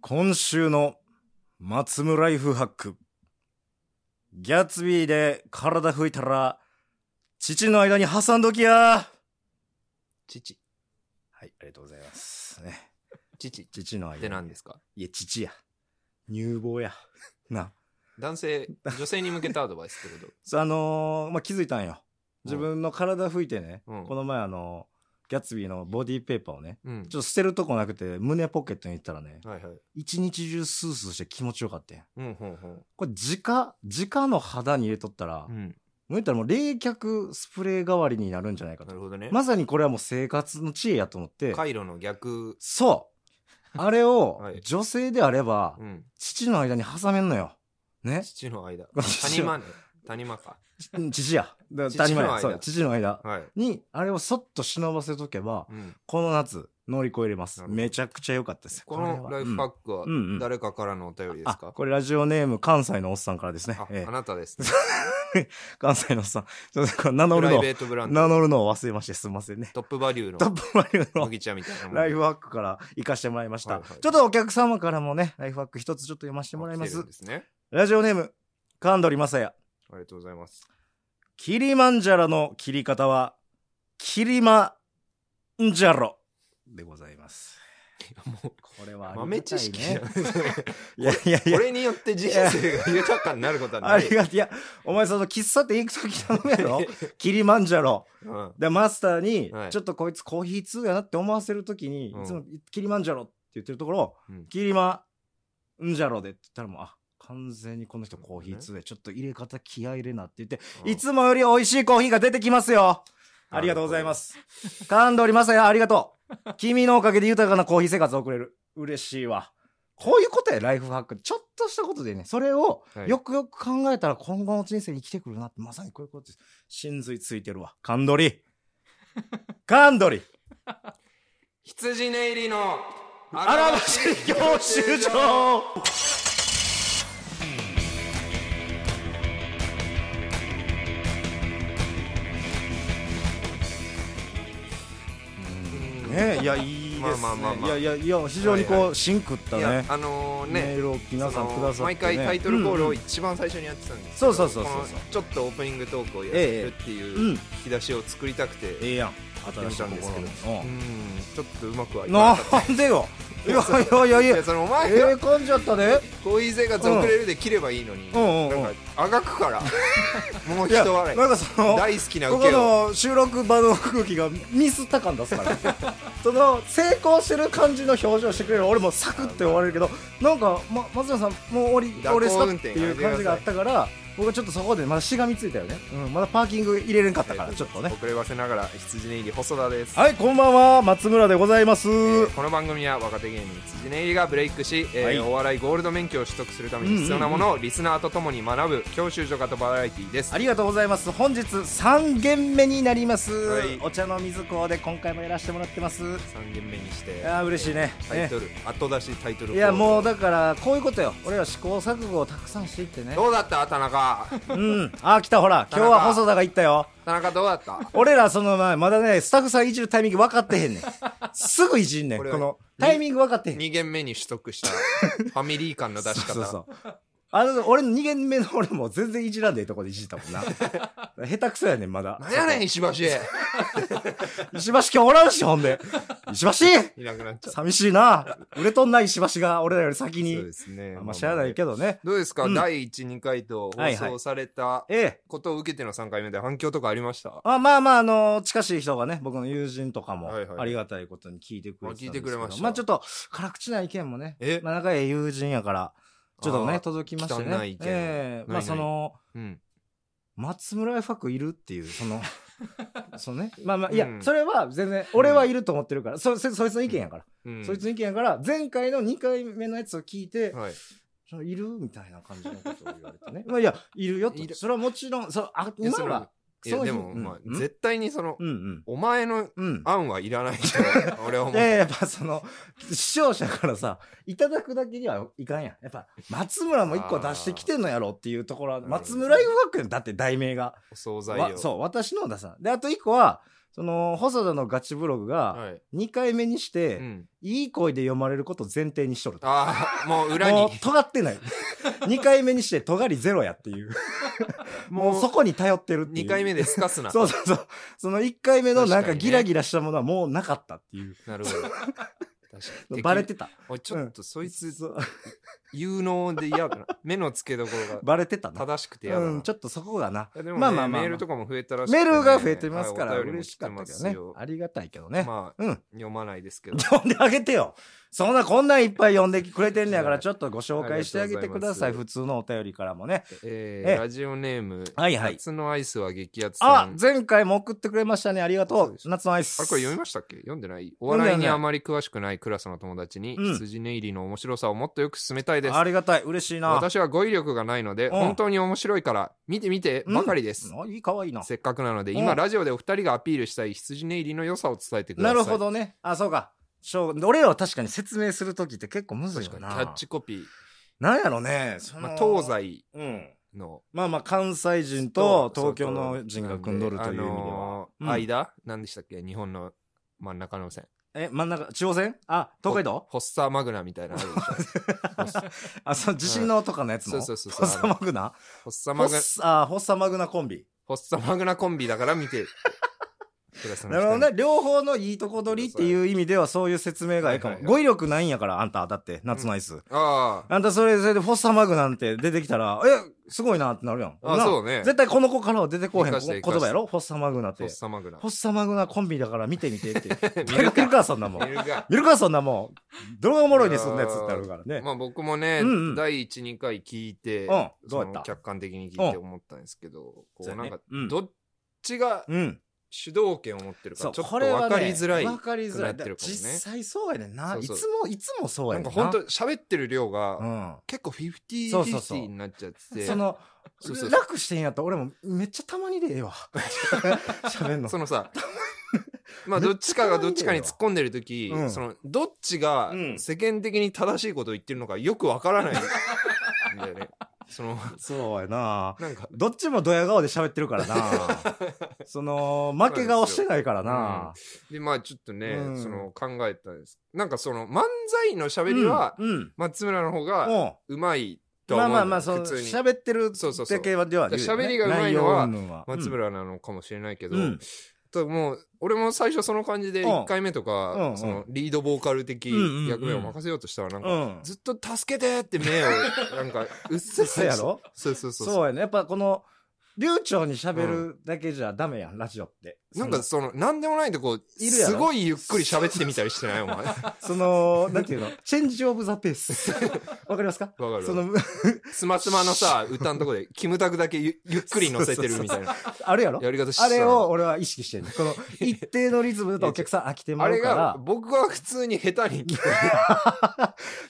今週の松村ライフハック。ギャツビーで体拭いたら、父の間に挟んどきや父、はい、ありがとうございます。ね、父っ父の間に。て何ですかいや、父や。乳房や。 な。男性、女性に向けたアドバイス ってこそうあのーまあ、気づいたんよ。自分の体拭いてね、うんこの前あのギャツビーのボディーペーパーをね、とうんち。ょっと捨てるとこなくて、胸ポケットに行ったらね、はいはい。一日中スースーして気持ちよかったんやうん、ほんほん。これ、直、直の肌に入れとったら、う。もうん言ったらもう冷却スプレー代わりになるんじゃないかなと。るほどね。まさにこれはもう生活の知恵やと思って、回路の逆。そうあれを はい女性であればう、ん。父の間に挟めんのよ。ね父 の間。父谷の間ね。谷間か。うん父や。だ父の間谷間やそう父の間。はい。に、あれをそっと忍ばせとけば、うん。この夏、乗り越えれますな。るほどめちゃくちゃ良かったです。このライフハッククはうんうん誰かからのお便りであ、すかこれラジオネーム、関西のおっさんからですねあ。えあえなたですね。 関西のおっさん。すいませんこれ名乗プるライのベ、ートブラン名ド。乗るのを忘れましてすいませんね。トップバリュートッのプマリオの麦茶みたいなもの。ライフハックから行かしてもらいました。はいはいちょっとお客様からもね、ライフハック一つちょっと読ませてもらいま来てるすん。ですね。ラジオネーム、カンドリマサヤ。ありがとうございます。キリマンジャラの切り方は、キリマンジャロでございます。もこれはあうりがたい、ね、豆知識や。 いやいやいこや。れによって人生が豊かになることはなあい。りがといや、お前その喫茶店行くとき頼むや ろキリマンジャロ。うんで、マスターに、はいちょっとこいつコーヒー通やなって思わせるときに、うんいつもキリマンジャロって言ってるところ、うんキリマンジャロでって言ったらもう、あ、完全にこの人コーヒー通や。ちょっと入れ方気合い入れなって言って、うんいつもより美味しいコーヒーが出てきますよ。ありがとうございます。カンドリマサヤ、ありがと う。君のおかげで豊かなコーヒー生活を送れる。嬉しいわ。こういうことや、ライフハック。ちょっとしたことでね、それをはいよくよく考えたら今後の人生に生きてくるなって、まさにこういうことです。真髄ついてるわ。カンドリ。カンドリ。羊寝入りの荒走り教習所ねいや、いいですね。まあまあまあまあいやいやいや、非常にこう、はいはいシンクったいね。やあのーメーねルを皆さんくださって、ね、毎回タイトルコールうをん一番最初にやってたんですけそどうそうそうそうこのちょっとオープニングトークをやええるってうんういうん引き出しを作りたくえてえやんってみたんですけど新しい試みううんんちょっとうまくはいかなかっなんでよいやいやいやいたいややそのおえ前えが感じやったでこういう生活送れるで切ればいいのにうんうんうんなんかあがくから もういや人笑いなんかその大好きなこ受けこをの収録場の空気がミスった感出すから その成功してる感じの表情してくれる俺もサクッて終われるけどなんか、ま、松野さんもう降り蛇行俺したっ運て転いう感じがあったから僕はちょっとそこでまだしがみついたよね、うん、まだパーキング入れれんかったからちょっとね遅ればせながら羊寝入り細田ですはいこんばんは松村でございます、えーこの番組は若手芸人辻根入りがブレイクし、えーはいお笑いゴールド免許を取得するために必要なものをリスナーとともに学ぶ教習所型バラエティーですありがとうございます。本日3軒目になります。はいお茶の水港で今回もやらせてもらってます。 3軒目にしてあー嬉しいねえータイトル、後出しタイトルいやもうだだからこういうことよ。俺ら試行錯誤をたくさんしていってね。どうだった田中 うん。あー来たほら。今日は細田が行ったよ。田中どうだった俺らその前まだねスタッフさんいじるタイミング分かってへんねん。すぐいじんねん。ここれはのタイミング分かってへん。 2軒目に取 得したファミリー感の出し方そうそうそうあの俺の2軒目の俺も全然いじらんでいいとこでいじったもんな下手くそやねんまだなんやねん石橋石橋今日おらんしほんで石橋いなくなっちゃった寂しいな売れとんない石橋が俺らより先そうにですねあんまあしゃあないけどねどうですか、うん第12回とは放いはい送されたええことを受けての3回目で反響とかありました、あまあまああの近しい人がね僕の友人とかもはいはいありがたいことに聞いてくれてたんですけどあ聞いてくれましたまあちょっと辛口な意見もねえまあ仲いい友人やからちょっとあねー届きましてね汚い意見ええまあないないそのうん松村ファクいるっていうそ のそのねまあまあいや、うんそれは全然俺はいると思ってるから、そそそいつの意見やから、うん、そいつの意見やから前回の2回目のやつを聞いて、はい、そのいるみたいな感じのことを言われてね。 まあいや、いるよとい。るそれはもちろん、そのあいや今は、いやの日でも、うんまあ、うん絶対にその、うんうん。お前のうん。案はいらないから、俺は 思う。いやいややっぱその、視聴者からさ、いただくだけにはいかんやん。やっぱ、松村も一個出してきてんのやろっていうところは、あー松村誘惑だって題名が。お惣菜わを。そう、私のを出さん。で、あと一個は、その細田のガチブログがはい。 2回目にして、うん。いい声で読まれることを前提にしとるとああ、もう裏もにう。尖って ない2回目にして尖りゼロやっていうもうそこに頼ってるっていう2回目で透かすな。そうそうそうその1回目のなん確かかにねギラギラしたものはもうなかったっていうなるほど。確かに。バレてたおいちょっとそいつ、そう有能で嫌だな。目の付けどころがバレて たな正しくて嫌だな。うんちょっとそこがなでもねまあまあまあまあメールとかも増えたらしくてメね、ールが増えてますからはい嬉しかったけどね。ありがたいけどお便ね、りも来てますよ まあ、うん読まないです けど。読んであげてよそんなこんなんいっぱい読んでくれてんねやかはらいちょっとご紹介してあげてくださいあり普通のお便りからもねえええー、ラジオネーム、はいはい夏のアイスは激アツさあん。前回も送ってくれましたねありがそうとでしう夏のアイスあれこれ読みましたっけ読んでないおんでない笑いにあまり詳しくないクラスの友達に、うん羊ネイリの面白さをもっとよく進めたいですあ。りがたい嬉しいな私は語彙力がないので、ん本当に面白いから、見て見てばかりです。あいい可愛いなせっかくなので、うん今ラジオでお二人がアピールしたい羊ネイリの良さを伝えてくだなさい。るほ。どねあそうかそう俺らは確かに説明する時って結構むずい確かよに。キなャッチコピー。なんやろねそのまあ、東西うんの。まあまあ関西人と東京の人が組んどるという意味であはのーうん間何でしたっけ日本の真ん中の線。え真ん中中央線あ東海道ホッサーマグナみたいなのあるでしょ。 ホッサあその地震のとかのやつのそうそうそホッうサマグナホッサホマグナッ、サあホッサマグナコンビホッサマグナコンビだから 見て。クラスのな人るにほどね。両方のいいとこ取りっていう意味ではそういう説明がいいかはもいはい語はい彙力ないんやからあんただって夏のアイス、ああ。あんたそれそれでフォッサマグなんて出てきたらえすごいなってなるやんあなそうね。絶対この子からは出てこうへん生こかして言葉やろフォッサマグナってホッフサマグナォ。ッサマグナコンビだから見てみてって 見見るるか。かそんなもん見るか。見るかそんなもんどうがおもろいねそんなやつってあるからね、まあ僕もね、うんうん第1、2回聞いて、うんそのどうやった客観的に聞いて思ったんですけど、こそううやねなんかうん、どっちがうん主導権を持ってるそか、うちょっとこれは分ねかりづらい。分かりづらいくなってるかもね実際そうやねんなそうそういつもいつもそうやなねんんなか本当喋ってる量が、うん結構そうそうそう50-50になっちゃってて、そのそうそうそう楽してんやったら俺もめっちゃたまにでええ わ喋んのそ のさ、まあどっちかがどっちかに突っ込んでる時、うんそのどっちがうん世間的に正しいことを言ってるのかよくわからないんだ よね。その、そうやななんか、どっちもドヤ顔で喋ってる からなその負け顔してないからなで、まあちょっとね、うんその考えたんです。なんかその漫才の喋りは、うんうん松村の方うがんうまいとまあは思う。まあまあその普通に。喋ってるそうそうそうだけはではあるよね喋りが上手いのは内容云々松村なのかもしれないけど、うんともう俺も最初その感じでうん1回目とか、うんうんそのリードボーカル的うんうんうん役目を任せようとしたらなんか、うんうんずっと「助けて!」っ て目をなんかうっそせっうせやろそうそうそうそうやねやっぱこの流暢に喋るだけじゃダメやんラジオってなんかそのなんでもないとこういるやろすごいゆっくり喋ってみたりしてないお 前わかそ のなんていうのチェンジオブザペースわかりますかるその スマスマのさ歌のとこでキムタクだけゆゆっくり乗せてるみたいなあるやろやり方してたあれを俺は意識してる。この一定のリズムだとお客さん飽きてもあられうかがら。僕は普通に下手に聞こ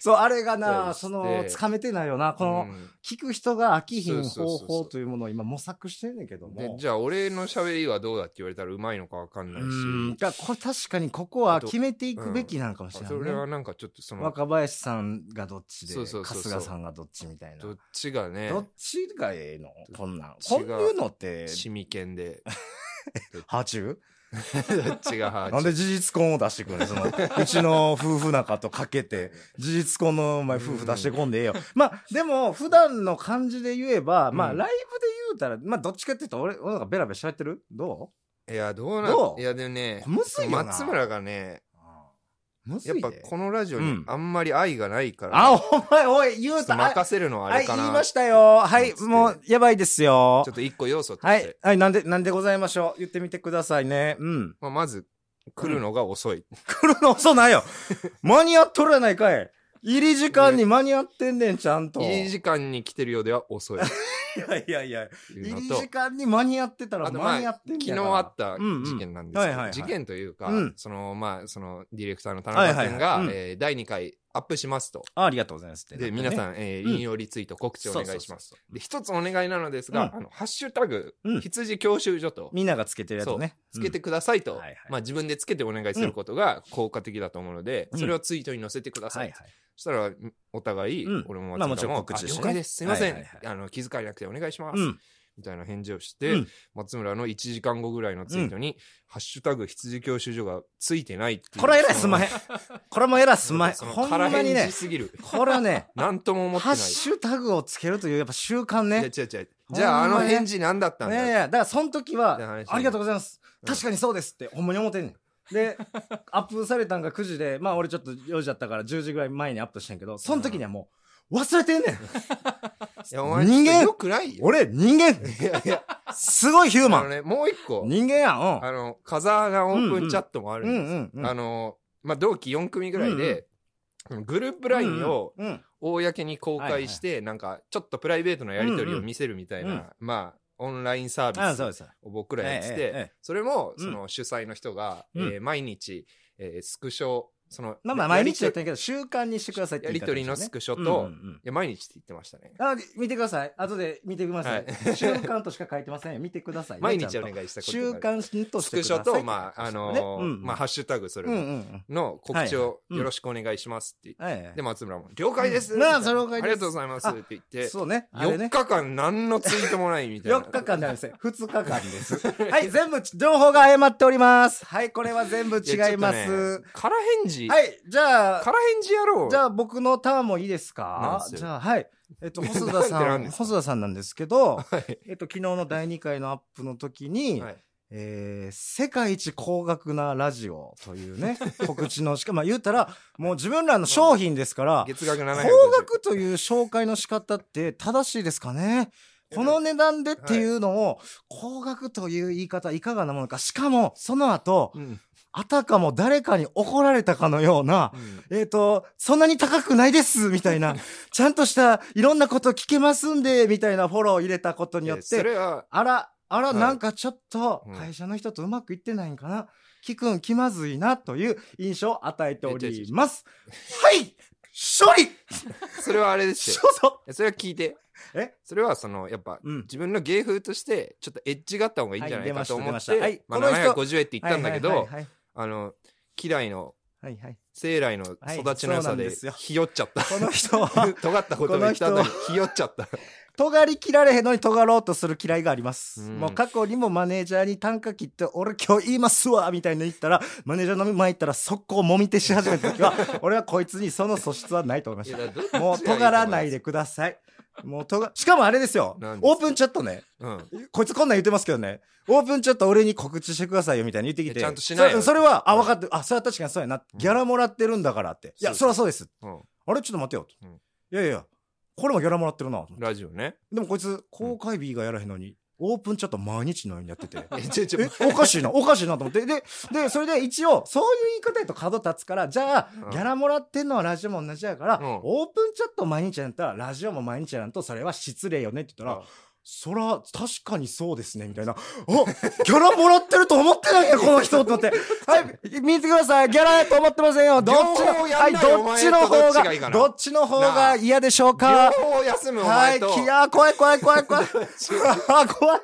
そう、あれがそうな、してその、つかめてないよな。えこるの、うん聞く人が飽きひんそ方うそうそうそう法というものを今模索してんねんけどでも。じゃあ俺の喋りはどうだって言われたらうまいのかわかんなういし、ん。だからこれ確かにここは決めていくべきなんかもしれなそれはいね。なんかちょっとその若林さんがどっちで、そう春そうそうそう日さんがどっちみたいな。どっちがねどっちがええのこんなん。ちこがういうのって、シミケン でハチューどっちがハーチなんで事実婚を出してくるのそ の、うちの夫婦仲とかけて、事実婚のお前夫婦出してこんでええよ。まあ、でも、普段の感じで言えば、まあ、うんライブで言うたら、まあ、どっちかっていうと、俺、俺がベラベラ喋ってるどいやどうなどんういやでもねむずいよな松村がねうむずやっいぱで。このラジオうにんあんまり愛がないから、あ、お前、おい、言ちょうっとた。あ任せるのはあはれい、かな、言いましたよ。はい、もう、やばいですよちょっ。と一個要素として、はい、はい、なんで、なんでございましょう。言ってみてくださいね。うん。まあ、まず来るのが遅い、来るの遅ないよ。 間に合っとるやないかい。入り時間に間に合ってんねん、ちゃんと。入り時間に来てるようでは遅いっいやいやいや。て入いうりのと時間に間に合ってたらあとまあ間に合ってん昨ね日やからあった事件なんですうんうんはいけど、はいはい事件というか、うんそのまあそのディレクターの田中君が、はいはいはいうんえー第2回アップしますとあありがとうございますってで、なって皆ねさん、えーうん引用リツイート告知お願いしますそうそとう。で、一つお願いなのですが、うんあの、ハッシュタグ、うん羊教習所と、みんながつけてるやつねつけてくださいと、うんはいはいまあ自分でつけてお願いすることが効果的だと思うので、うんそれをツイートに載せてくうだんさ。はいいそはいしたら、お互い、うん俺もまあ松もち田ろんも、告知してあね了解です。すいません、はいはいはいあの、気遣いなくてお願いします。うんみたいな返事をして、うん松村の1時間後ぐらいのツイートに、ハッシュタグ羊教習所がついてないっていう。これはえらいすんまへん。ん。これもえらいすんまへん。そのほん空まに返ね事、すぎる。これはね、なんと も思ってハなッい。シュタグをつけるというやっぱ習慣いやね。違う違う。じゃああほんまのね返事何だったんねだえよだからその時はって話、ありがとうございます。うん確かにそうですって、ほんまに思ってんねん。 で、アップされたんが9時で、まあ俺ちょっと4時だったから10時ぐらい前にアップしてんけど、その時にはもう忘れてんねん。いやお前人間よくないよ。俺、人間いやいや、すごいヒューマあのンね、もう一個、人間やん。うんあの、風穴オープンチャットもあるんうですよんうんうん。あの、まあ、同期4組ぐらいで、グループララインを、うん公に公開して、なんか、ちょっとプライベートのやり取りを見せるみたいな、うんうんまあ、オンラインサあービそうでスす。を僕らやってえて、えええええそれも、うんその主催の人が、うんえー毎日、えースクショ、その、まあまあや毎り日やってんけど、習慣にしてくださいってやり取りのスククショと、うんうんうんいや毎日って言ってましたね。あ見てください。後で見てください。はい習慣としか書いてませんよ。見てくださいね。毎日ちゃおんと願いしたこと習がある慣としスてクくシださいョと、まあ、あのねーうんまあ、ハッシュタグ、それうんうんもうん。の告知はいはをいうんよろしくお願いしますって言ってはいはいで、松村も、了解です、うんなあみたいな了解ですありがとうございますって言って、そうね。あれ4ね。日間何のツイートもないみたいな。 4日間なんですよ。2日間 です。はい、全部、情報が誤っております。はい、これは全部違いまやちょすっと。ね空返事、はい、じゃあ、空返事やろう。じゃあ僕のターンもいいですなんかですよじゃあはい。えっと、細田なんさん、てなんですか細田さんなんですけど、はいえっと、昨日の第2回のアップの時に、はいえー世界一高額なラジオというね、告知のしか、まあ言うたら、もう自分らの商品ですから、月額750高額という紹介の仕方って正しいですかねこの値段でっていうのを、高額という言い方いかがなものか。しかも、その後、うんあたかも誰かに怒られたかのような、うんえっ、と、そんなに高くないですみたいな、 ちゃんとしたいろんなこと聞けますんで、みたいなフォローを入れたことによっいやそて、れは、あら、あら、はいなんかちょっとうん会社の人とうまくいってないんかな。きくん気まずいなという印象を与えております。はい処理それはあれですよ所。蔵それは聞いて。えそれはその、やっぱ、うん。自分の芸風として、ちょっとエッジがあった方がいいんじゃないかと思はい出まっした出ましたはてい、まあこの人750円って言ったんだけはいど、はいはいあの、希代の、はいはいはい生来の育ちの良はいそうなさんでですよ、ひよっちゃった。、この人は尖ったことが言ったのに、ひよっちゃった。 尖り切られへんのに尖ろうとする嫌いがあります。うんもう過去にもマネージャーに単価切って、俺今日言いますわみたいな言ったら、マネージャーの前行ったら速攻もみ手し始めた時 は、俺はこいつにその素質はないと思いましいやた。だからどっちがもう尖らないいでください。もうとが、しかもあれですよ何。ですオかープンチャットね。と思います。こいつこんなん言ってますけどね。オープンチャット俺に告知してくださいよみたいに言ってきて。いやちゃんとしないよそそれは、あ、分かって、あ、それは確かにそうやな。ギャラもらってるんだからって。いや、そそうりゃそうです。うん。うんあれちょっと待てよと。うんいやいや、これもギャラもらってるなと思って。ラジオね。でもこいつ公開日がやらへんのに、オープンチャット毎日のようにやってて。え、ちょちょえ、おかしいな、おかしいなと思って。で、で、それで一応、そういう言い方やと角立つから、じゃあうん、ギャラもらってんのはラジオも同じやから、うんオープンチャット毎日やったら、ラジオも毎日やらんと、それは失礼よねって言ったら、そら、確かにそうですね、みたいな。あギャラもらってると思ってないよ、この人と 思って。はい、見てください。ギャラやと思ってませんよ。どっち両の、方はやんい、などよっちのお前とどっ方ちがいいが、かなどっちの方なあが嫌でしょうか両方休むおは前い、と。きやー怖い怖い怖い 怖い。あ怖い。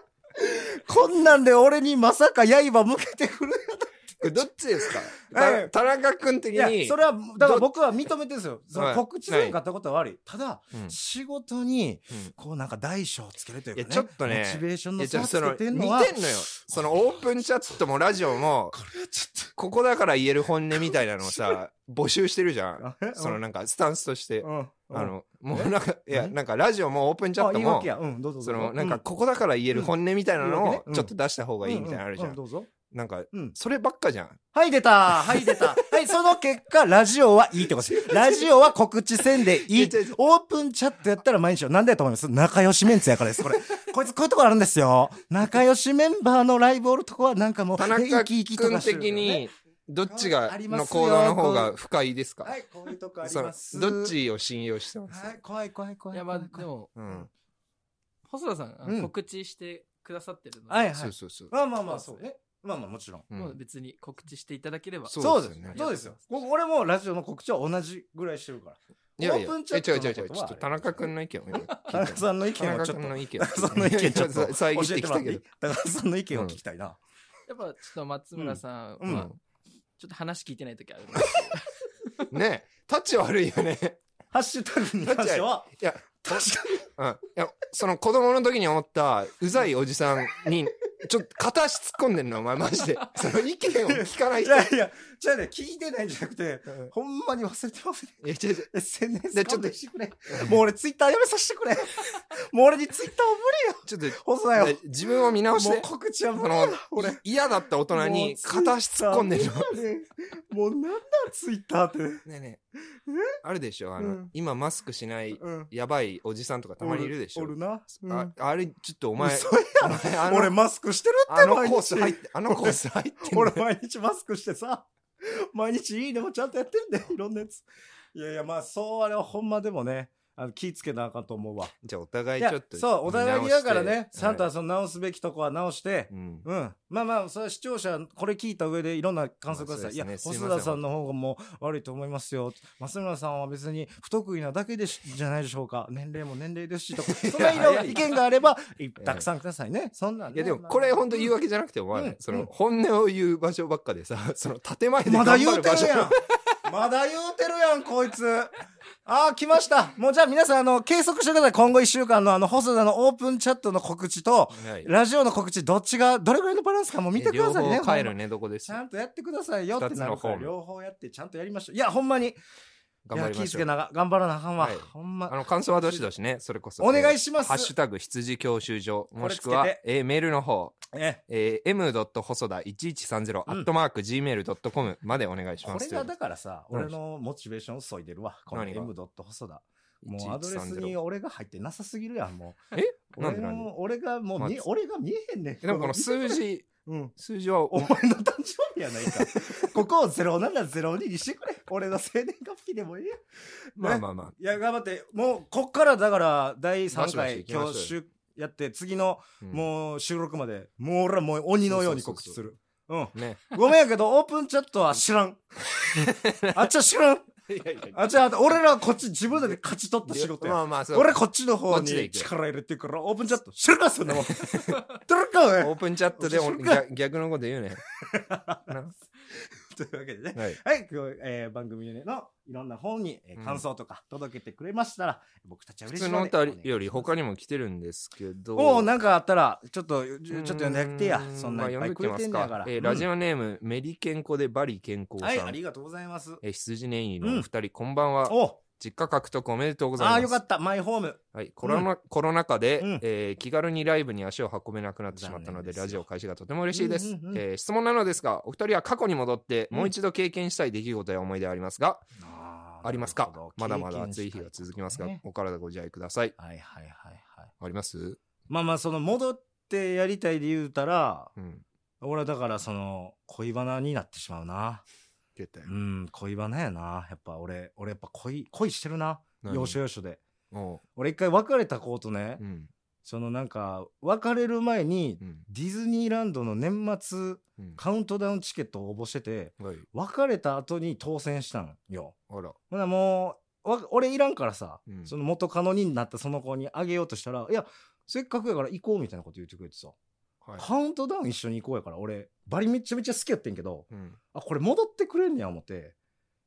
こんなんで俺にまさか刃向けてくるこれどっちですかはたい田中君的いやに。それはだから僕は認めてるんですよそはのい告知せんかったことは悪いただうん仕事にうんこうなんか大小をつけるというか、いね、やちょっとねモチベーションいやのじ差ゃあをそつけのてん似てんののはよそのオープンチャットもラジオもこれはちここだから言える本音みたいなのをさ募集してるじゃん ょっとそのなんかスタンスとしてうんうんあのもうなんかいや何なんかラジオもオープンチャッあト言いも訳やうんどうぞどうぞそのなんうかここだから言える本音みたいなうん言いの訳をねちょっと出した方がいいみたいなのあるじゃうううんどうぞなんかうんそればっかじゃんはい、出たはい、出たはい、その結果、ラジオはいいってことです。ラジオは告知せんでいいいや違う違う。オープンチャットやったら毎日よ。なんでやと思います仲良しメンツやからです、これ。こいつ、こういうとこあるんですよ。仲良しメンバーのライブおるとこはなんかもう、田中生き生きと君かしてる的よね。にどっちがありますよの行動の方が不快ですかはい、こういうとこありそまのす。どっちを信用してますはい、怖い怖い怖い怖い。いやまあでも、うん細田さんあのうん告知してくださってるので、はいはそ。いうそうそうまあまあまあ、そうね。まあまあ、もちろん。うんもう別に告知していただければそうそうですよねそうですよ。こ俺もラジオの告知は同じぐらいしてるから。いやいやオープンチャットのえ違う違う違こうとちょはっと田中君の意見を田中さんの意田見中はちょっ君との。意見その意見 ちょっと遮っ教てえきてもらたってけいいど田中さんの意見を聞きたいな。やっぱちょっと松村さんは、うんうんちょっと話聞いてない時あるねえタッチ悪いよねハッシュタグに関しては、いやうん、いやその子供の時に思ったうざいおじさんにちょっと片足突っ込んでんのお前マジでその意見を聞かないい人やいや、じゃあね、聞いてないんじゃなくて、うんほんまに忘れてますね。いや違う違う SNS ででちちょょっとっとしてくれ。もう俺ツイッターやめさせてくれ。もう俺にツイッターを無ちょっと理。細だよ。自分を見直しもうて告知は無そ理のだ。俺。嫌だった大人に片足突っ込んでるの。もうなんだツイッターって。 ねえねえあるでしょあの、うん今マスクしないうん。やばいおじさんとかたまにいるでしょおるな。うんああれちょっとお前嘘やお前あの俺マスクしてるあの毎日コース入ってあのコース入ってんの 俺毎日マスクしてさ 毎日いいねもちゃんとやってるん でいろんなやついやいやまあそうあれはほんまでもねあの気ぃつけなあかんと思うわじゃあお互いいちやょっとそうお互いに見だ直してからねちゃんとははその直すべきとこは直していうんうん、まあまあそれは視聴者これ聞いた上でいろんな感想ください、まあそうですねいやすいません細田さんの方がもう悪いと思いますよ増村さんは別に不得意なだけでしじゃないでしょうか年齢も年齢です しとかそんないろんな意見があればいたくさんくださいねそんなんねいやでもこれ本当言い訳じゃなくてお前、うんそうのん本音を言う場所ばっかでさ その建前でまだ頑張言うるて場る所やん。まだ言うてるやん、こいつ。ああ、来ました。もうじゃあ皆さん、あの、計測してください。今後1週間のあの、細田のオープンチャットの告知と、はいラジオの告知、どっちが、どれぐらいのバランスかもう見てくださいね。両方帰ほんるまねどこですちゃんとやってくださいよってなるから、二つの方両方やってちゃんとやりましょう。いや、ほんまに。頑張いりや気まぃしつょけうなが、頑張らなあかんわ。はいほんま。あの感想はどしどしねそれこそお願いしますハッシュタグ羊教習所もしくこはれつ、えーメールの方えええー、m. 細田1130アットマーク gmail.com までお願いしこまれす。がだからさ、うん俺のモチベーション削いでるわ。この何が M. 細田。もう1130アドレスに俺が入ってなさすぎるやん、もう。えなん俺でなんでの俺がもう見え、まあ俺が見えへんねん。でもこの数字、うん。数字はお お前の誕生日や ないか。ここを0702にしてくれ。俺の生年月日でもいいや。まあまあまあ。いや、頑張って。もう、こっからだから、第バ3シバシ回行、きましょ今うよ日しゅ、やって、次の、うんもう、収録まで、もう俺らもう鬼のように告知する。うん。ね。ごめんやけど、オープンチャットは知ら ん。あっちは知らん。いやいやあっちは、俺らこっち自分らで勝ち取った仕事や。まあまあそう。俺こっちのこ方っちでに行く力入れてくから、オープンチャット知らんか、そんなもん。知らんか、おいオープンチャットでおこっち逆逆のこと言 うね。なというわけでね。はい。はい、今日、えー番組のいろんな本に、えーうん感想とか届けてくれましたら、僕たちは普嬉し通いのので歌よりに他にも来てるんですけど。もうなんかあったらちょっとちょちょっと読んであげてやうーそんないっぱいくれてんねやから、まあ読んできてますえーラジオ、オネーム、メリケンコでバリ健康はいさあん。りがとうございますえー羊ネイのお二人、こんばんは。お実家獲得おめでとうございまあす。あよかったマイホームはい、コロナ、コロナ禍で、うんえー気軽にライブに足を運べなくなってしまったので残念ですよラジオ開始がとても嬉しいです、うんうんうんえー質問なのですがお二人は過去に戻って、うんもう一度経験したい出来事や思い出ありますが、あありますかまだまだ暑い日が続きますが、ねお体ご自愛くださいはいはいはいはいありますまあまあその戻ってやりたいで言うたらうん俺はだからその恋バナになってしまうな出たようん恋バナやなやっぱ俺俺やっぱ恋恋してるな何要所要所でおう俺一回別れた子とね、うんそのなんか別れる前にうんディズニーランドの年末うんカウントダウンチケットを応募しててはい別れた後に当選したんよあらほなもうわ俺いらんからさ、うんその元カノになったその子にあげようとしたらいやせっかくやから行こうみたいなこと言ってくれてさ、はいカウントダウン一緒に行こうやから俺バリめちゃめちゃ好きやってんけどうんあこれ戻ってくれんねや思って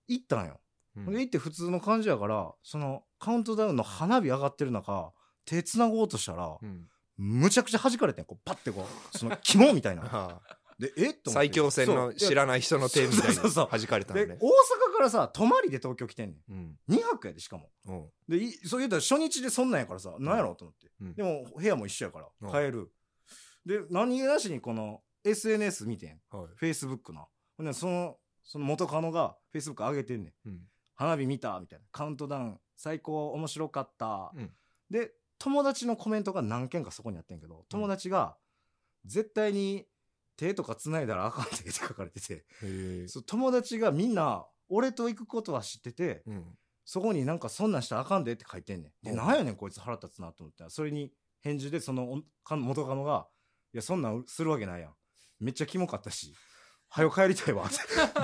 行ったんようんで行って普通の感じやからそのカウントダウンの花火上がってる中手繋ごうとしたらう、んむちゃくちゃ弾かれてんこうパッてこうその肝みたい なああでえっと思って最強戦の知らない人の手みたいにそうそうそう弾かれたでの大ね阪からさ泊まりで東京来てんねうんん2泊やでしかもおうでいそう言うたら初日でそんなんやからさなんやろうと思って、うんでも部屋も一緒やかうんら帰る、で何気なしにこの SNS 見てんはい Facebook なほんでそのその元カノが Facebook 上げてんねんうん花火見たみたいなカウントダウン最高面白かった、うんで友達のコメントが何件かそこにあってんけど友達が「絶対に手とか繋いだらあかん」って書かれてて、へえそう友達がみんな俺と行くことは知っててうんそこになんかそんなんしたらあかんでって書いてんねんでうんなんやねんこいつ腹立つなと思ったらそれに返事でそのおか元カノが「いやそんなんするわけないやんめっちゃキモかったし早よ帰りたい わ」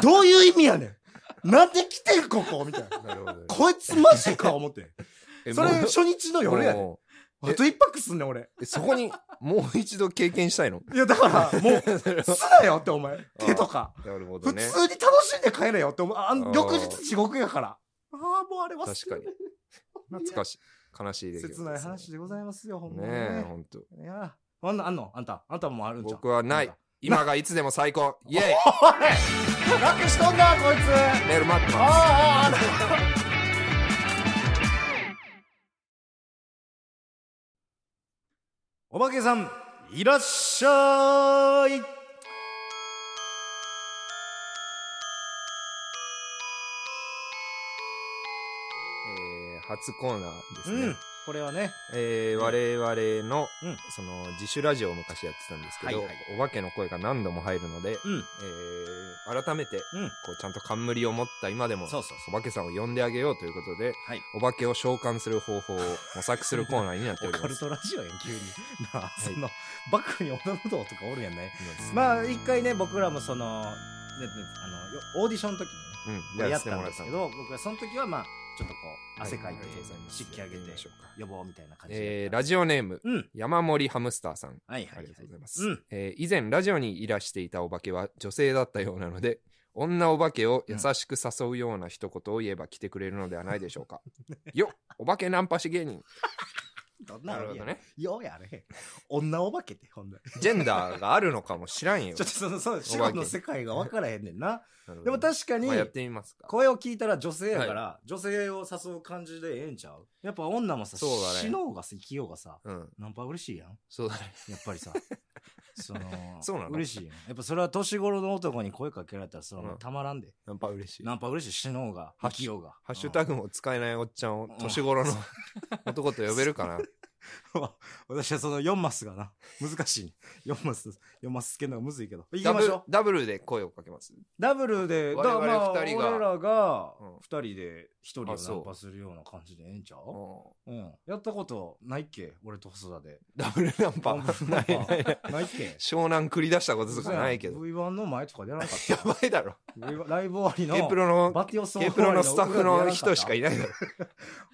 どういう意味やねんなんで来てるここ」みたいな。なるほどこいつマジか思って。えそれもう初日の夜やねおうあと一泊すんねん俺。えそこにもう一度経験したいのいやだから、もう、すなよってお前。手とか。なるほど普通ねに。楽しんで帰れよって思う。ああー ん翌日地獄やから。ああ、もうあれ忘れ確かに。懐かしい。悲しい出来事です切ねない話でございますよ、ほんまねにえね。本当いや、あんなあんのあんた、あんたもあるんじゃん。僕はないんた。今がいつでも最高イエイ楽しとんな、こいつ。メール待ってますああ、ああ。おばけさん、いらっしゃい。えー初コーナーですうねん、これはね、えー我々のうんその自主ラジオを昔やってたんですけどはいはいお化けの声が何度も入るのでうん、えー改めてうん、こうちゃんと冠を持った今でもそうそうおそう。化けさんを呼んであげようということではい。お化けを召喚する方法を模 索するコーナーになっておオりカまルすトラジオやん、 急に。なあ、いその、バックに女の道とかおるやんね。うんまあ、一回ね、僕らもその、ねねあの、よオーディションの時にね、うんやったんですけはど、僕はその時はまあ、ちょっとこう、い汗かいあてりがとうござい、ます湿気上げやってみてま、しょうか予防みたいな感じでえやっーた。ラジオネームうん。山森ハムスターさんはいはい、あはいりがとうございまうすん。えー以前ラジオにいらしていたお化けは女性だったようなので女お化けを優しく誘うような一言を言えば来てくれるのではないでしょう か。よっお化けナンパし芸人。どんななのるほどね。ようやれへん。女お化けって、ほん で。ちジェンダーがあるのかも知 らんよ。ょっとその、そう、死後の世界が分からへんねん な。なるほでども確かにまあ、やってみますか。声を聞いたら女性やから、女性を誘う感じでええんちゃうやっぱ女もさ、そうだね死のうがさ、生きようがさ、うん。ナンパ嬉しいやん。そうだね。やっぱり さ。その、そうなの嬉しいやん。やっぱそれは年頃の男に声かけられたら、その、うんたまらんで。ナンパ嬉しい。ナンパ嬉しい、死のうが、生きようが。ハッシュタググも使えないおっちゃんを年頃 の男と呼べるかな。私はその4マスがな、難 しい。4マス、4マスつけるのがむずいけど。行きダまブしルょう。ダブルで声をかけます。ダブルで、我々だまあ二人が俺らがうん2人で1人をナあそうンパするような感じでええんちゃううんうん。やったことないっけ俺と細田で。ダブルナンパ。ナンパないないないないっけ湘南繰り出したこととかないけど。 V1 の前とかでやらなかっやばいだろ。た。V1 ライブ終わりの。ケプロのバティオスケプロのスタッフの人しかいいないだろ。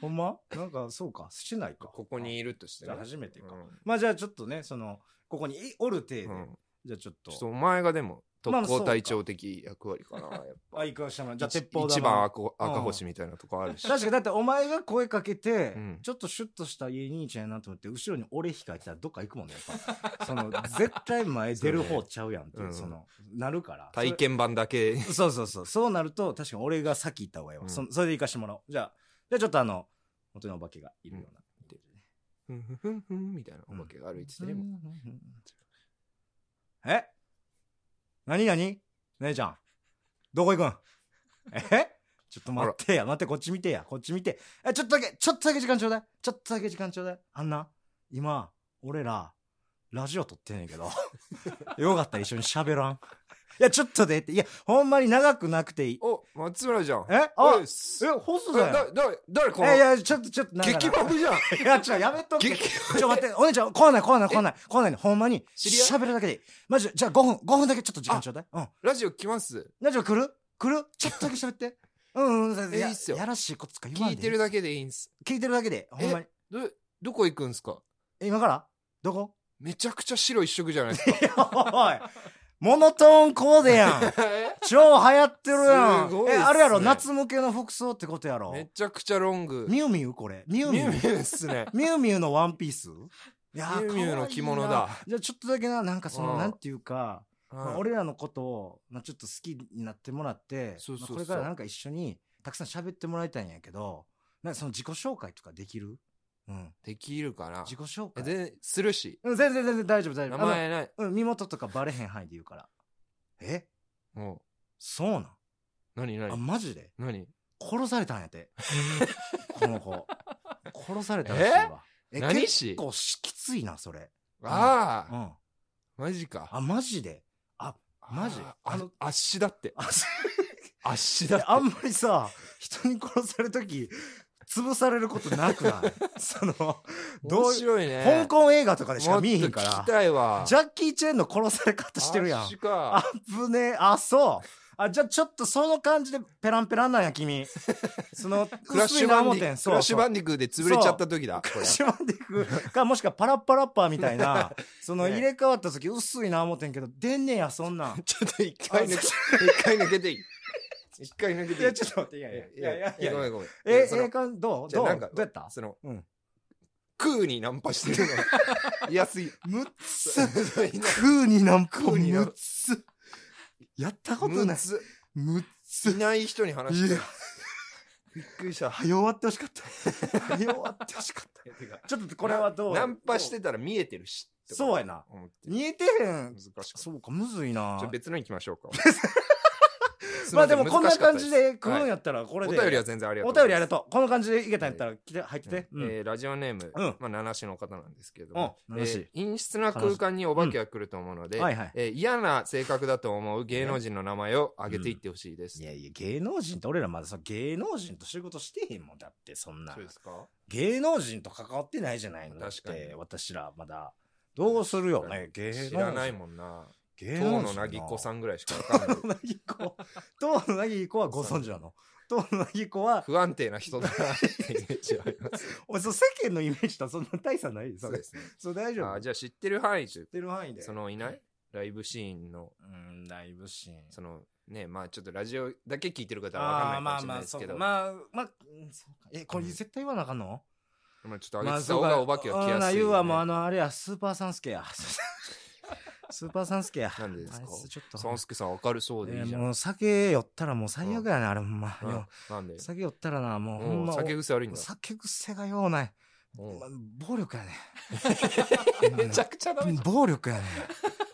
ほんまなんかそうか、してないか。ここにいるとしてじゃねあ。初めてか。うんまあじゃあちょっとね、その、ここにいおる程う度、んじゃあちょっとちょっとお前がでもまあ特攻隊長的役割かな。やっぱ相川した もらうじゃあ鉄砲玉一番赤赤星みたいなとこあるし。確かにだってお前が声かけて、うんちょっとシュッとした家兄ちゃんやなと思って後ろに俺控えてたらどっか行くもんねやっぱその絶対前出る方ちゃうやんっていうそそうねのなるから体験版だけ。それそうそうそうそうなると確かに俺が先行った方がいいわ、うんそそれで行かしてもらおうじゃあじゃあちょっとあの本当にお化けがいるような、ふんふんふんふんみたいなお化けが歩いててね。もうえ何何姉ちゃんどこ行くんえちょっと待ってや待ってこっち見てやこっち見てえちょっとだけちょっとだけ時間ちょうだいちょっとだけ時間ちょうだいあんな今俺らラジオ撮ってんねんけ どよかったら一緒に喋らんいやちょっとでっていやほんまに長くなくていいお松村じゃん。えあおいえっすえホストだだよ誰誰こえいのやちょっとちょっとなんか激なマブじゃん。 いや、ちょ、やめとけ。激ちょ、待って、お姉ちゃん、来ない、来ない、来ない、来ないね。ほんまに。知り合喋るだけでいい。マジで、じゃあ5分、5分だけちょっと時間ちょうだい。うん。ラジオ来ます。ラジオ来る来るちょっとだけ喋って。うんうん、えやいいっすよやらしいことしか言わん聞で。いてるだけでいいんす。聞いてるだけで。ほんまに。どどこ行くんすか。え今からどこめちゃくちゃ白一色じゃないですか。おい。モノトーンコーデ や ん。超流行ってるやん。すごいっえ、すねあれやろ、夏向けの服装ってことやろ。めちゃくちゃロング。ミュウミュウこれ。ミュウミミュュウウミ。ュウっすね。ミュウミュウのワンピースいやーミュウミュ可ウの愛いな着物だじゃあちょっとだけな、なんかその、うんなんていうか、まあうん俺らのことを、まあ、ちょっと好きになってもらってそうそうそうまあこれからなんか一緒にたくさん喋ってもらいたいんやけどなんかその自己紹介とかできる、うん、できるかな。自己紹介え全するし。うん、全然全然大丈夫大丈名夫あ前ない。のうん、身元とかバレへん範囲で言うからえもう。そうなん、何あ何マジで何殺されたんや てこの子殺されたらしいわえ何結し構しきついなそれ、あうあん、マジかあマジでマジあああのあっしだってああっしだってあんまりさ人に殺される時潰されることな くないそのどう面いう白いね香港映画とかでしかもっと見えへ聞んかきらたいわジャッキー・チェーンの殺され方してるやあっんしかあぶねえあそうあじゃあちょっとその感じでペランペランなんや 君そのクラッシ薄いュバなン思デてんィクそラッうシそュうバンディクーで潰れちゃった時だこクれラッシュバンディクかもしくはパラッパラッパーみたい なそのね入れ替わった時薄いな思てんけど出んねやそんなんちょっと一回抜けあ一回抜けていい一回抜けていいいやちょっと待っていやいやいやいやごめんごめんえそのえ感じどうじゃどうあなどんかうやったそのうん空にナンパしてるの が安い。むっつ。空にナンパ空にナむンパっつ。やったことない。つむっいつ。ない人に話していやる。びっくりした。はよ終わってほしかった。はよ終わってほしかっ いやてかた。ちょっとこれはどうナンパしてたら見えてるし。そうやな思って。見えてへん難しかった。そうか、むずいなちょ。別のに行きましょうか。すい まあせでもこんな感じ。難しかっで来るんやったら、こたれでで。すお便りは全然ありがとうおござ便います。りありがとう。この感じでいけたんやったら、来て、入ってて。うんうんえーラジオネーム、うんまあ、七種の方なんですけれども、お、楽しいえ。ー陰湿な空間にお化けが来ると思うので、はいはい。えー嫌な性格だと思う芸能人の名前を挙げていってほしいです。いやいや、芸能人と俺らまださ、芸能人と仕事してへんもんだって、そんなそう。ですか芸能人と関わってないじゃないの。だっ確かにて、私らまだ。どうするよね、芸能人。知らないもんな。芸当能人のなぎこさんぐらいしかわかんない。ん。なぎこ。当のなぎこはご存知なの。当のなぎこは、不安定な人だなってイメージはあり ます。おい、そう世間のイメージとはそんな大差ないそそうれで。すね。そう、大丈夫。あ知っじゃあ知ってる範囲中、てる範囲で。そのいないライブシーンの、うん、ライブシーン。そのね、まあちょっとラジオだけ聞いてる方はわあかあんないまかもあしれなまいあでそすけうかまあまど、あうんそうかえこれうん絶対言わなあかんの、まあちょっとあげまあてた方がお化けは来やすい、ね。言うわもうあのあれやスーパーサンスケやスーパーサンスケやなんでですかあいつちょっとサンスケさん明るそうでいいじゃえーもん。う酒酔ったらもう最悪やねあれほんま、うんよなんで酒酔ったらなもうほんもうま酒癖悪いんおだ。酒癖がようない、うんまあ暴力やね めちゃくちゃダメじゃん。暴力やね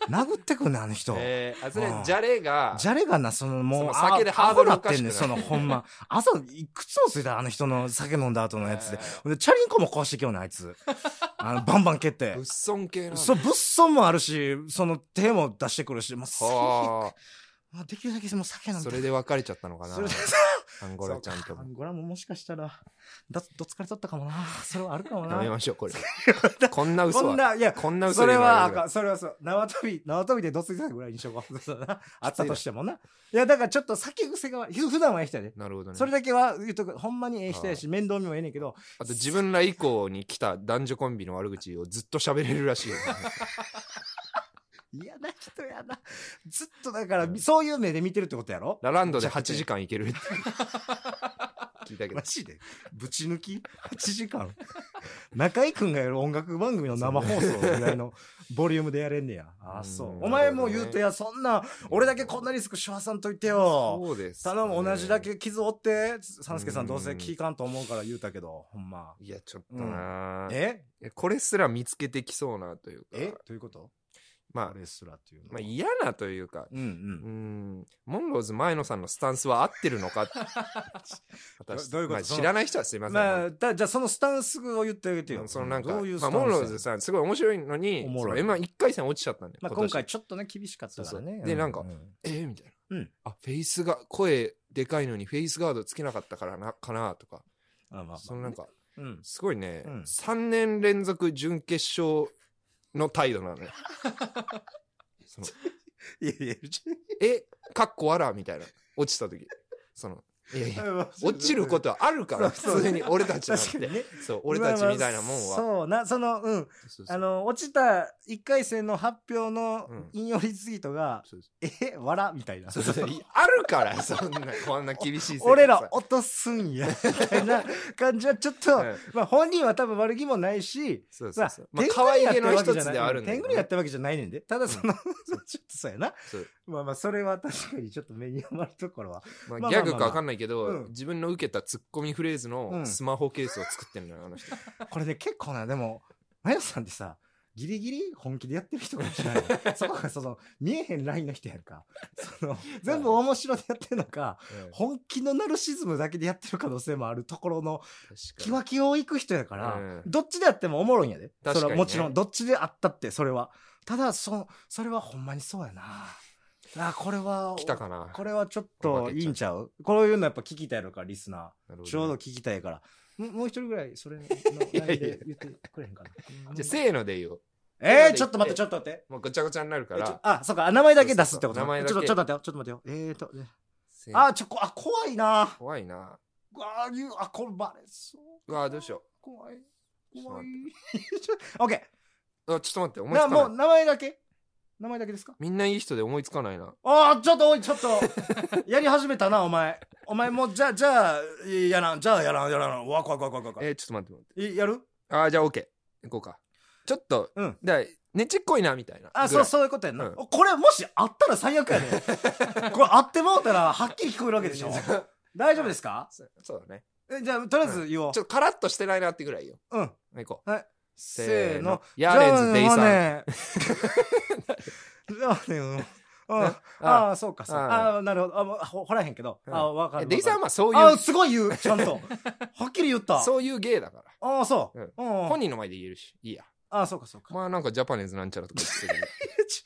殴ってくんねあの人、えー、あそれう、んじゃれが、じゃれがな、そのそもう、の酒でハードルあアホなってんねんおかしくそなのいほんま。朝、いくつもついた、あの人の酒飲んだ後のやつで。えでチャリンコも壊してきようね、あいつ。あの、バンバン蹴ってー、うっ。そん系なんだそう、物損もあるし、その手も出してくるし、まあ、最悪はまあ、できるだけもう酒あ、なんだそれで別れちゃったのかなそれでアンゴラちゃんとアも。ンゴラももしかしたら、だどつかれとったかもな。それはあるかもや めな。ましょう、 これ。こんな嘘こんは。な、いや、こんな嘘それはあ言わかれるん、それはそう。縄跳び、縄跳びでどついてたぐらいにしようか。そう だなあったとしてもな。いや、だからちょっと酒癖が悪い、普段はいい人やで。なるほどね。それだけは言うとくほんまにええ人やし面倒見もええねんけどあと自分ら以降に来た男女コンビの悪口をずっと喋れるらし いよね。嫌な人やなずっとだから、うんそういう目で見てるってことやろラランドで8時間いける って。聞いたけどマ。ジでぶち抜き8時間中居君がやる音楽番組の生放送ぐらいのボリュームでやれんねやあうんそうなるほどねお前も言うてやそんな俺だけこんなリスクしわさんといてよそうです、頼む同じだ。け傷負って三助さんどうせ聞かんと思うから言うたけどほんまいや、ちょっとな、ぁええこれすら見つけてきそうなというか。えということまあこ、れすらっていうのまあ嫌なというか、うんうんうん、モンローズ前野さんのスタンスは合ってる のか私どどういう ことまあその知らない人はすいません。まあ、だじゃあそのスタンスを言ってあげてよ。そのなんか、どういうスまタンスあ、やモンローズさん、すごい面白いのに、おもろいその M1 一回戦落ちちゃったんだよ。まあ、今年回、ちょっとね、厳しかったからそうねそ。うでなんかうえーみたいな。うんあ、フェイスが、声でかいのにフェイスガードつけなかったからな、かなとか、あまあまあそのなんか、うんすごいね、うん3年連続準決勝の態 度なのよ。そのいやいや、え、かっこわらみたいな。落ちた時。その、いやいや、落ちることとはあるから、そうそう普通に俺たちなん確かて。にね。そう、俺たちみたいなもんまあは。まあそうな、その、うん。そうそうあの、落ちた1回戦の発表のうん引用リツイートが、そうそうえ、笑みたいな。そうそういあるから、そんな、こんな厳しい生活は俺ら落とすんや、みたいな感じはちょっと、うんまあ本人は多分悪気もないし、そうそまうあそう。まあ、天可狗に愛やってげるのわ一けじつゃないではあるんだ天け狗どねにやったわけじゃないねんで。ただその、ちょっとそうやな。そうまあまあ、それは確かにちょっと目に余るところは。まあまあまあまあギャグかわかんないけど、うん自分の受けたツッコミフレーズうのんスマホケースを作ってるのよ、あ の人。これね、結構な、でも、マヨさんってさ、ギリギリ本気でやってる人かもしれ ない。そこがその、見えへんラインの人やるか。その、全部面白でやってるのか、本気のナルシズムだけでやってる可能性もあるところの、キ確かワキワを行く人やから、うんどっちであってもおもろいんやで。確かにねそれはもちろん、どっちであったって、それは。ただ、その、それはほんまにそうやな。あ、これは、に。来たかな。これはちょっといいんちゃうこういうのやっぱ聞きたいのか、リスナー。なるほどねちょうど聞きたいから。ももう一人ぐら い、それのやいや内容で言ってくれへん かな。じゃあ、せーので言おう。えー、ちょっと待って、ちょっと待って。もうごちゃごちゃになるかえちょら。あ、そうか、あ名前だけ出すってことそうそうそう名前だちけょっと、ちょっと待ってよ、ちょっと待ってよ。えーと、ねせーのあ、ちょ、こあ、怖いな。怖いな。うわあ、言う、あ、これバレそう。うわどうしよ怖い。ちょっと怖い待。 オッケう。あちょっと待って、ー。思いつな、かもなうい。名前だけ名前だけですかみんないい人で思いつかないな。ああ、ちょっと、おい、ちょっと。 やり始めたな、お前。お前、もう、じゃあ、じゃあ、やらん、じゃあ、やらん、やらん。うわ、怖い、怖い、怖い、怖い。えーちょっと待って待って。え、やるあーじゃあ OK。行こうか。ちょっと、うんだからねちっこいなみたいな。あ、ぐそらう、いそういうことやんな。うんこれ、もしあったら最悪やね これ、あってもうたら、はっきり聞こえるわけでしょ大丈夫ですかそうそうだね。えじゃあ、とりあえず言おうち。ょっとカラッとしてないなってぐらいよ。うん。行こう。せーの。。ヤーレンズデイさん。じゃあね、うん。あああ、そうか、そううか。んああ、なるほど。あ、もうほほらへんけど。うんあわかる。デイさんはまあそうあいあ、すごい言う、ちゃん と。はっきり言った。う、そういう芸だかああ、そう。うんうんら。本人の前で言えるし、いいや。ああ、そうか、そうか。まあなんかジャパネーズなんちゃらとか言ってるけ ど。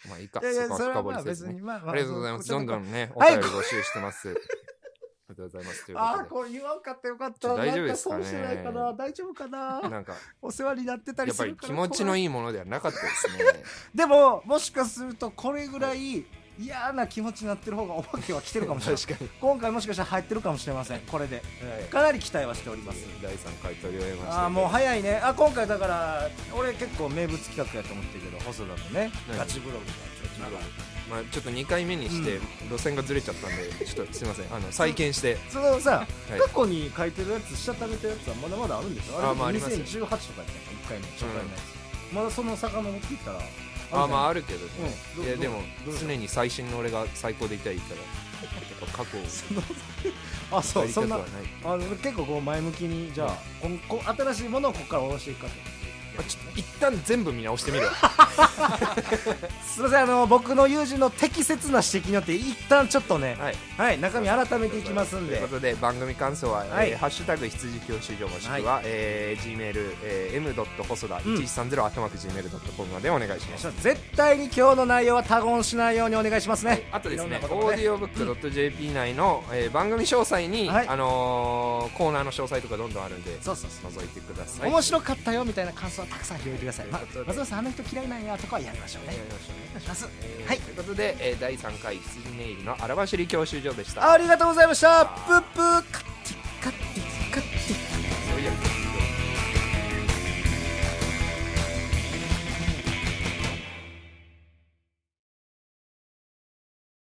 まあいいか。いやいや、そこそれはは深掘まりあせず別にに、。まあ、まありがとうございます。どんどん。んね、おはい便り募集してます。ありがとうございます。というああ、ここれ言わんかったよかっちょた。っと大丈夫ですかねなんそうしてないかな。大丈夫かとで、な。 なんか、お世話になってたやりっすぱりるか気ら。持ちのい。いいものではなかったですね。でも、もしかすると、これぐらい嫌な気持ちになってる方がお化けは来てるかもしれない。 確かに。今回もしかしたら入ってるかもしれません。これで。かなり期待はしております。第3回取り終えました。ああもう早いねあ今回だから俺結構名物企画やと思ってるけど細田のね何ガチブログがちょっと長いまあ、ちょっと2回目にして路線がずれちゃったんで、ちょっとすいませんあの再建して、そのさ、はい過去に書いてるやつしたためたやつはまだまだあるんでしょあーまあありますよ2018とかやったの1回目初回のやつ、まだその遡っていったらああまあああるけどね、うんいやどでもどうぞ常に最新の俺が最高でいたいからやっぱ過去をあそう変えたそんくはなないあの結構こう前向きにじゃあ、こんこ新しいものをここから下ろしていくかとまあちょっと一旦全部見直してみるわすいませんあの僕の友人の適切な指摘によって一旦ちょっとねはい、はい中身改めていきますんでということで番組感想は、えーはいハッシュタグ羊教習所もしくは、えー Gmail、えー、m. 細田うん1130アットマーク Gmail.com までお願いします、絶対に今日の内容は他言しないようにお願いしますね。あとですいろねんな、ことオもーディオブック .jp 内の、えー番組詳細に、はいあのーコーナーの詳細とかどんどんあるんで、そうそうそう。覗いてください。面白かったよみたいな感想はたくさん広げてください。まということで松田さんあの人嫌いなんやとかはやりましょうやりね。ましょうねお願いします。えーはいということで、えー第3回羊ネイルの荒走り教習所でした。ありがとうございました。プップー